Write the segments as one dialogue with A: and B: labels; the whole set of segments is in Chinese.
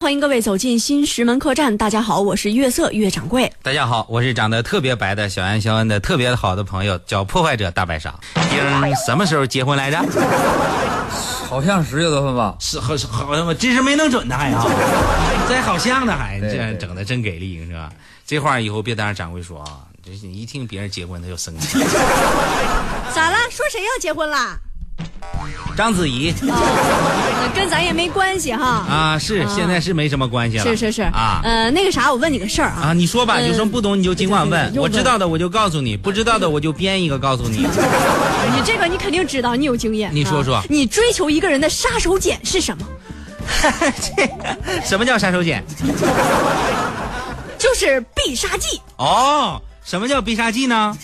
A: 欢迎各位走进新石门客栈。大家好，我是月色月掌柜。
B: 大家好，我是长得特别白的小安肖恩的特别好的朋友，叫破坏者大白鲨。丁什么时候结婚来着？
C: 好像十月多份吧。
B: 是好好他妈，这是没弄准的还 啊，这好像呢还，
C: 对
B: 这样
C: 对
B: 整的真给力是吧？这话以后别当着掌柜说啊，这是你一听别人结婚他就生气。
A: 咋了？说谁要结婚啦？
B: 章子 怡
A: 呃跟咱也没关系哈。
B: 啊，是现在是没什么关系了，
A: 是是是
B: 啊。
A: 呃，那个啥，我问你个事儿啊。
B: 啊，你说吧，
A: 嗯
B: 有什么不懂你就尽管
A: 对对
B: 问，
A: 对
B: 我知道的我就告诉你，不知道的我就编一个告诉你。
A: 你这个你肯定知道，你有经验。
B: 啊你说说
A: 啊你追求一个人的杀手锏是什么？
B: 什么叫杀手锏？
A: 就是必杀技。
B: 哦，什么叫必杀技呢？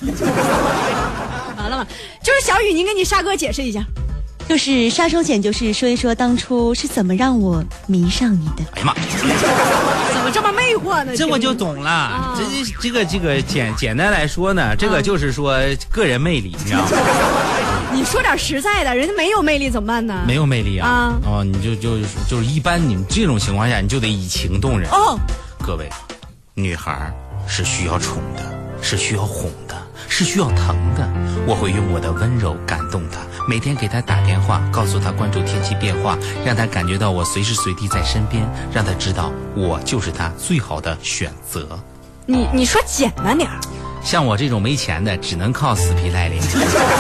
A: 完了吗？啊就是小雨，您给你沙哥解释一下。
D: 就是杀手锏，就是说一说当初是怎么让我迷上你的。
B: 哎呀妈，
A: 怎么这么魅惑呢？
B: 这我就
A: 听
B: 懂
A: 啊
B: 了。这这个这个简简单来说呢，这个就是说个人魅力，你知道吗？
A: 你说点实在的，人家没有魅力怎么办呢？
B: 没有魅力啊
A: 啊，
B: 哦，你就就就是一般你们这种情况下，你就得以情动人。
A: 哦，
B: 各位，女孩儿是需要宠的，是需要哄的，是需要疼的。我会用我的温柔感动她，每天给她打电话，告诉她关注天气变化，让她感觉到我随时随地在身边，让她知道我就是她最好的选择。
A: 你你说简单点儿，
B: 像我这种没钱的，只能靠死皮赖脸。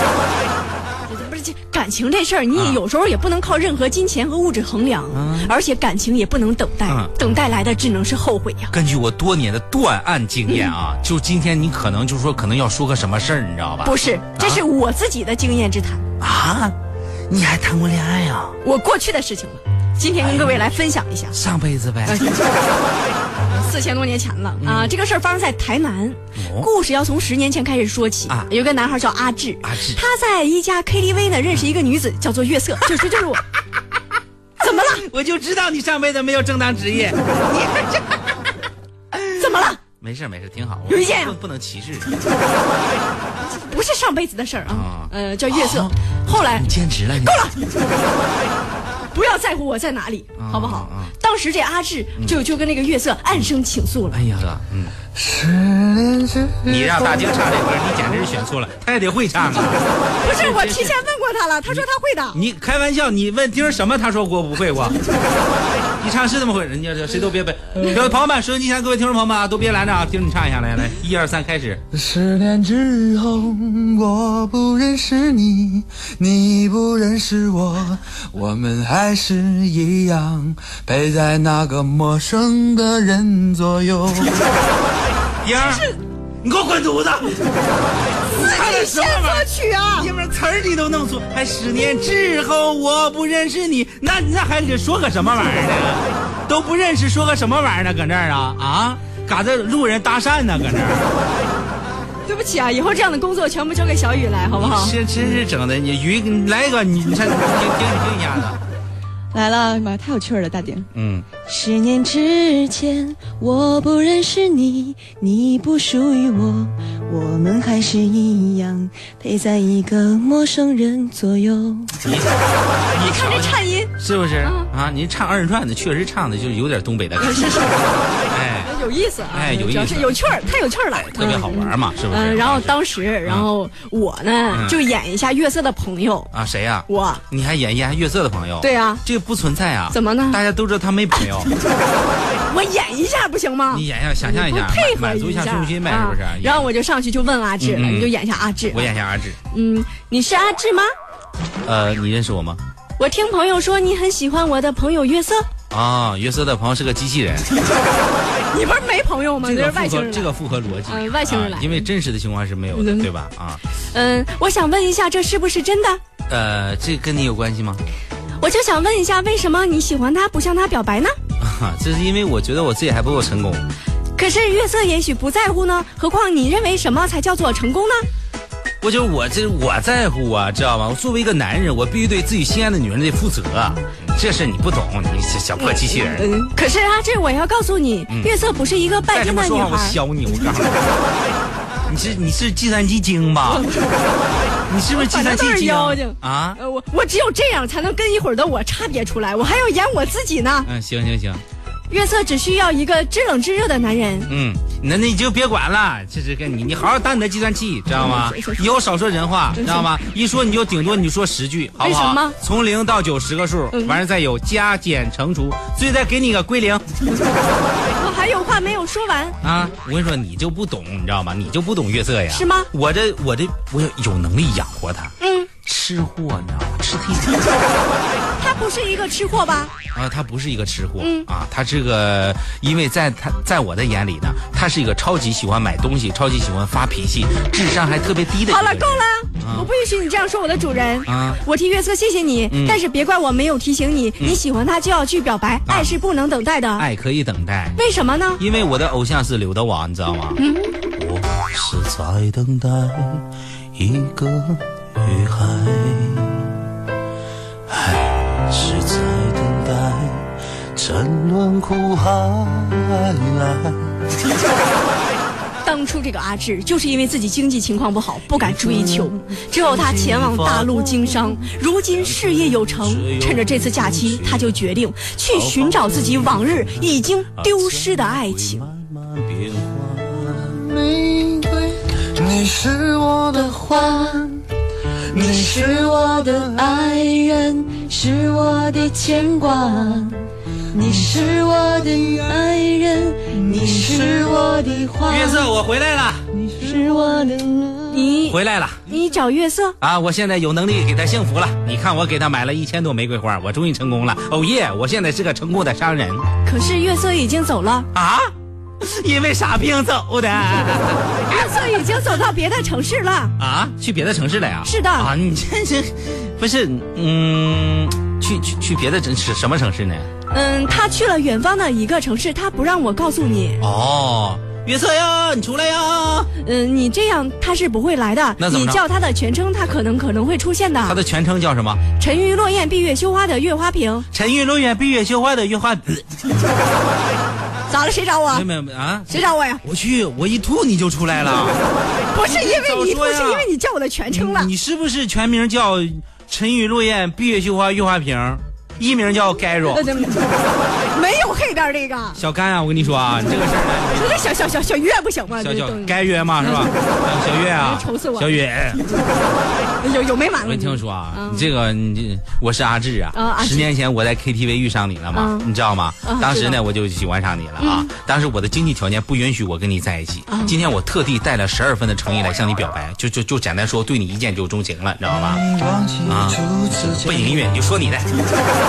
A: 不是这感情这事儿，
B: 啊
A: 你也有时候也不能靠任何金钱和物质衡量，而且感情也不能等待，
B: 嗯
A: 等待来的只能是后悔呀。
B: 根据我多年的断案经验啊，就今天你可能就说可能要说个什么事儿，你知道吧？
A: 不是，这是我自己的经验之谈，
B: 啊，你还谈过恋爱啊呀、
A: 我过去的事情了。今天跟各位来分享一下，
B: 上辈子呗。
A: 四千多年前了啊，这个事儿发生在台南
B: 嗯哦。
A: 故事要从十年前开始说起
B: 啊
A: 有个男孩叫阿志，
B: 阿志
A: 他在一家 KTV 呢认识一个女子，叫做月色，就是就是我。 怎么了？
B: 我就知道你上辈子没有正当职业。
A: 怎么了？
B: 没事儿没事儿，挺好。
A: 有意见啊
B: 我不不能歧视人。
A: 不是上辈子的事儿
B: 啊
A: 啊，呃，叫月色
B: 啊。
A: 后来
B: 你兼职了？够了。
A: 不要在乎我在哪里，好不好
B: 嗯嗯？
A: 当时这阿志就就跟那个月色暗生情愫了
B: 哎。呀，哥，嗯，你让大京唱这歌，你简直是选错了，他也得会唱啊。
A: 不是，我提前问过他了，他说他会的。
B: 你开玩笑，你问丁儿什么？他说过不会 过。你唱是这么回事，人家谁都别背。
A: 嗯
B: 各位朋友们，收音机前各位听众朋友们啊，都别拦着啊，丁儿你唱一下来来，一二三，开始。
C: 十年之后，我不认识你，你不认识我，我们还是一样陪在那个陌生的人左右。
B: 英儿，你给我滚犊子！唱的什么玩意儿？
A: 曲啊！
B: 爷们儿词儿你都弄错，还十年之后我不认识你，那那还得说个什么玩意 儿呢？都不认识，说个什么玩意儿呢？搁那儿啊啊，嘎这路人搭讪呢，搁那儿，
A: 对不起啊，以后这样的工作全部交给小雨来，好不好？
B: 这真是整的，你鱼你来一个，你你看，听听听一下子，
D: 来了，妈，太有趣儿了，大丁。
B: 嗯，
D: 十年之前，我不认识你，你不属于我，我们还是一样陪在一个陌生人左右。
B: 你你
A: 看这颤音，
B: 是不是啊？您唱二人转的确实唱的就是有点东北的感觉，
A: 是是，
B: 哎，
A: 有意思啊！
B: 哎有意思哎
A: 主要是有趣儿，太有趣儿了，
B: 特别好玩嘛，是不啊是？
A: 嗯，然后当时，然后我
B: 嗯
A: 呢就演一下月色的朋友，
B: 啊谁呀？
A: 我
B: 你还演绎还月色的朋友？
A: 对啊
B: 这个不存在啊。
A: 怎么呢
B: 大家都知道他 没朋友。
A: 我演一下不行吗？
B: 你演一下，想象一下，
A: 不配合
B: 满满足一
A: 一
B: 下虚荣心呗，是不是
A: 啊？然后我就上去就问阿志了，
B: 嗯嗯
A: 你就演一下阿志。
B: 我演一下阿志，
A: 嗯，你是阿志吗？
B: 呃，你认识我吗？
A: 我听朋友说你很喜欢我的朋友月色，
B: 啊、约瑟的朋友是个机器 人，
A: 你不是没朋友吗？
B: 这
A: 你
B: 个
A: 是
B: 符
A: 外星
B: 合
A: 人。
B: 这个符合逻辑，
A: 嗯外星人来
B: 啊因为真实的情况是没有的，
A: 嗯
B: 对吧？啊，
A: 嗯，我想问一下，这是不是真的？
B: 呃，这跟你有关系吗？
A: 我就想问一下，为什么你喜欢他不向他表白呢？
B: 啊，这是因为我觉得我自己还不够成功，
A: 可是月色也许不在乎呢，何况你认为什么才叫做成功呢？
B: 我就我这我在乎啊，知道吗？我作为一个男人，我必须对自己心爱的女人得负责，这事你不懂，你这小破机器人。
A: 嗯，可是啊，这我要告诉你，月色不是一个拜
B: 再他
A: 金
B: 妈
A: 的
B: 说
A: 女
B: 话，我
A: 孩。
B: 削嗯你！我告诉你，
A: 嗯
B: 你是你是计算机精吧？你是不是计算机
A: 反正都是
B: 精
A: 妖精
B: 啊？
A: 呃，我我只有这样才能跟一会儿的我差别出来，我还要演我自己呢。
B: 嗯，行行行，
A: 月色只需要一个知冷知热的男人。
B: 嗯，那那你就别管了，这这个你你好好当你的计算器，知道
A: 嗯
B: 吗？以后少说人话，知道吗？一说你就顶多你说十句，好不
A: 为什
B: 好
A: 么？嗯
B: 从零到九十个数，完了再有加减乘除，最后再给你个归零
A: 我还有话没有说完，
B: 啊！我跟你说，你就不懂，你知道吗？你就不懂月色呀？
A: 是吗
B: 我这我这我有有能力养活他，
A: 嗯，
B: 吃货你知道吗？吃黑色
A: 他不是一个吃货吧？
B: 啊，他不是一个吃货、
A: 嗯
B: 啊，他是个，因为在他在我的眼里呢，他是一个超级喜欢买东西、超级喜欢发脾气、智商还特别低的一个人。
A: 好了，够了，我不允许你这样说我的主人。
B: 啊嗯
A: 我替月色谢谢你，但是别怪我没有提醒你，你喜欢他就要去表白，
B: 啊
A: 爱是不能等待的。
B: 爱哎可以等待，
A: 为什么呢？
B: 因为我的偶像是刘德华，你知道吗？
A: 嗯
B: 我是在等待一个女孩，爱哎是在等待沉沦苦海。
A: 当初这个阿志就是因为自己经济情况不好，不敢追求，
B: 嗯
A: 之后他前往大陆经商，如今事业有成，
B: 嗯
A: 趁着这次假期，他就决定去寻找自己往日已经
C: 啊
A: 丢失的爱情。
C: 玫瑰，你是我的
D: 花，你是我的爱人，是我的牵挂。你是我的爱人，你是我的花，
B: 月色，我回来了，
D: 是我的
A: 你
B: 回来了
A: 你找月色，
B: 啊！我现在有能力给她幸福了。你看，我给她买了一千朵玫瑰花，我终于成功了。哦耶！我现在是个成功的商人
A: 可是月色已经走了，
B: 啊，因为傻病走的
A: 月色已经走到别的城市了。
B: 啊，去别的城市了呀？
A: 是的
B: 啊，你这是不是嗯？去去去别的城市什么城市呢？
A: 嗯，他去了远方的一个城市，他不让我告诉你。
B: 哦，约瑟呀，你出来呀！
A: 嗯，你这样他是不会来的。
B: 那怎么
A: 你
B: 着
A: 叫他的全称，他可能可能会出现
B: 他
A: 的。
B: 的全称叫什么？
A: 沉鱼落雁，闭月羞花的月花瓶。
B: 沉鱼落雁，闭月羞花的月花。
A: 啊咋了？谁找我
B: 没？没没啊！
A: 谁找我呀？
B: 我去，我一吐你就出 来了。
A: 不是因为你，
B: 早
A: 不
B: 说呀
A: 是因为你叫我的全称了
B: 你。你是不是全名叫沉鱼落雁，闭月羞花月花瓶？艺名叫 g a r
A: 呃
B: o
A: 这 没有黑边这个，
B: 小甘啊，我跟你说啊，你这个事儿
A: 说这小小小小月不行吗？
B: 呢，小
A: 这
B: 小
A: 东西
B: 该约嘛 是吧？啊小月啊，
A: 愁死我了
B: 小月。
A: 有有没满了？
B: 我跟你听我说啊，你这个你我是阿志啊
A: 啊嗯阿，志
B: 十年前我在 KTV 遇上你了嘛，
A: 嗯
B: 你知道吗
A: 啊？
B: 当时
A: 知
B: 呢
A: 道嗯
B: 我就喜欢上你了啊，当时我的经济条件不允许我跟你在一起，今天我特地带了十二分的诚意来向你表白，就就就简单说对你一见就钟情了，你知道吗？
C: 忘记
B: 啊
C: 初次
B: 背
C: 见
B: 景音乐你就说你的，
A: 嗯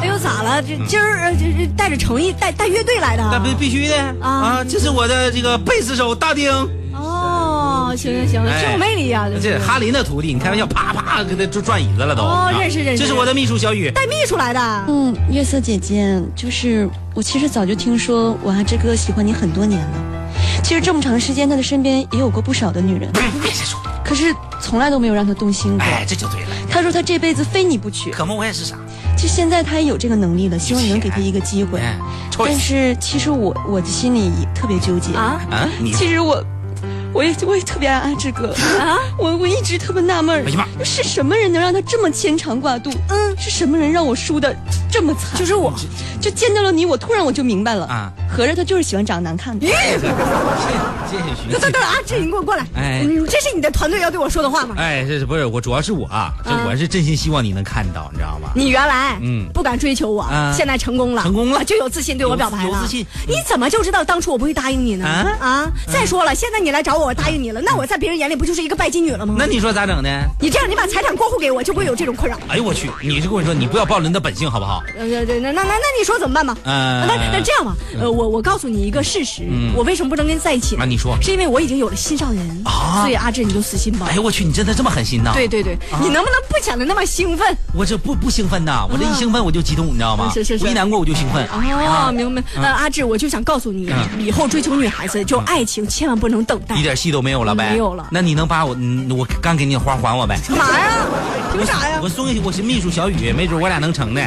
A: 哎呦，咋了？
B: 嗯
A: 这今儿呃这这带着诚意，带带乐队来的
B: 那
A: 啊。
B: 必必须的啊，这是我的这个贝斯手大丁，
A: 哦，行行行，
B: 哎
A: 挺有魅力呀。
B: 这哈林的徒弟，你开玩笑，啪啪给他就转椅子了都。
A: 哦
B: 啊
A: 认识认识
B: 这是我的秘书小雨，
A: 带秘书来的。
D: 嗯，月色姐姐，就是我其实早就听说我阿志哥喜欢你很多年了。其实这么长时间，他的身边也有过不少的女人，
B: 哎别瞎说，
D: 可是从来都没有让他动心过。
B: 哎这就对了，
D: 他说他这辈子非你不娶。
B: 可不我也是傻，
D: 就现在他也有这个能力了，希望你能给他一个机会。
B: 哎，臭
D: 但是其实我我的心里也特别纠结
A: 啊
B: 啊你
D: 其实我，我也我也特别爱阿志哥，
A: 啊，
D: 我我一直特别纳闷儿
B: 哎呀妈，
D: 是什么人能让他这么牵肠挂肚？嗯，是什么人让我输的这么惨？
A: 就是我。
D: 就见到了你，我突然我就明白了
B: 啊
D: 合着他就是喜欢长得难看 的。
B: 谢谢徐
A: 等 等等啊，志颖，你给我过来！
B: 哎
A: 你这是你的团队要对我说的话吗？
B: 哎，这是不是我？主要是我啊，这
A: 嗯
B: 我是真心希望你能看到，你知道吗？
A: 你原来
B: 嗯
A: 不敢追求我
B: 啊，
A: 现在成功了，啊
B: 成功了
A: 就有自信对我表白
B: 有
A: 了。
B: 自信
A: 你怎么就知道当初我不会答应你呢？
B: 啊
A: 啊！再说了，现在你来找我，我答应你了，那我在别人眼里不就是一个拜金女了吗？
B: 那你说咋整呢？
A: 你这样，你把财产过户给我，就不会有这种困扰。
B: 哎呦我去！你是跟我说你不要暴露你的本性好不好？
A: 呃，对对，那那那那你说怎么办吧？啊
B: 呃
A: 那那这样吧，呃，我我告诉你一个事实，我为什么不能跟你在一起呢？
B: 啊嗯你说
A: 是因为我已经有了心上人，
B: 啊
A: 所以阿志你就死心吧
B: 哎。呦我啊去！你真的这么狠心呐？
A: 对，对对，你能不能不显得那么兴奋？
B: 我这不不兴奋呐，我这一兴奋我就激动，你知道吗？
A: 嗯是是是
B: 我一难过我就兴奋。啊
A: 哦，
B: 嗯
A: 明白。那阿志，我就想告诉你，以后追求女孩子，就爱情千万不能等待
B: 一。点戏都没有了呗，
A: 嗯没有了
B: 那你能把我，嗯我刚给你的花还我呗？
A: 干嘛呀？凭啥呀嗯
B: 我？送给我是秘书小雨，没准我俩能成呢。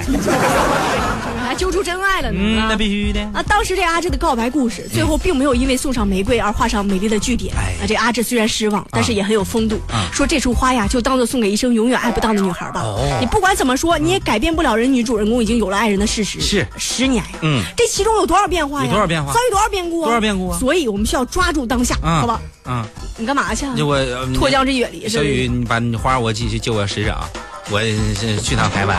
A: 还揪出真爱了呢。
B: 嗯，
A: 啊
B: 那必须的。
A: 啊，当时这阿志的告白故事，最后并没有因为送上玫瑰而画上美丽的句点。
B: 哎
A: 啊，这阿志虽然失望，但是也很有风度，
B: 啊
A: 说这束花呀，就当做送给一生永远爱不到的女孩吧。
B: 哦
A: 你不管怎么说，你也改变不了人女主人公已经有了爱人的事实。
B: 是
A: 十年呀，
B: 嗯
A: 这其中有多少变化呀？
B: 有多少变化
A: 遭遇多少变故啊？
B: 多少变故啊
A: 所以我们需要抓住当下，
B: 嗯，
A: 好吧？
B: 嗯，
A: 你干嘛去啊？
B: 就我呃
A: 脱缰之远离是
B: 小
A: 不是
B: 雨，？你把 你花我寄去借我使使啊，我呃去趟台湾。